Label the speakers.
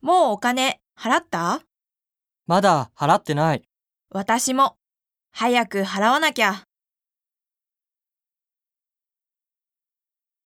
Speaker 1: もうお金払った
Speaker 2: まだ払ってない。
Speaker 1: 私も。早く払わなきゃ。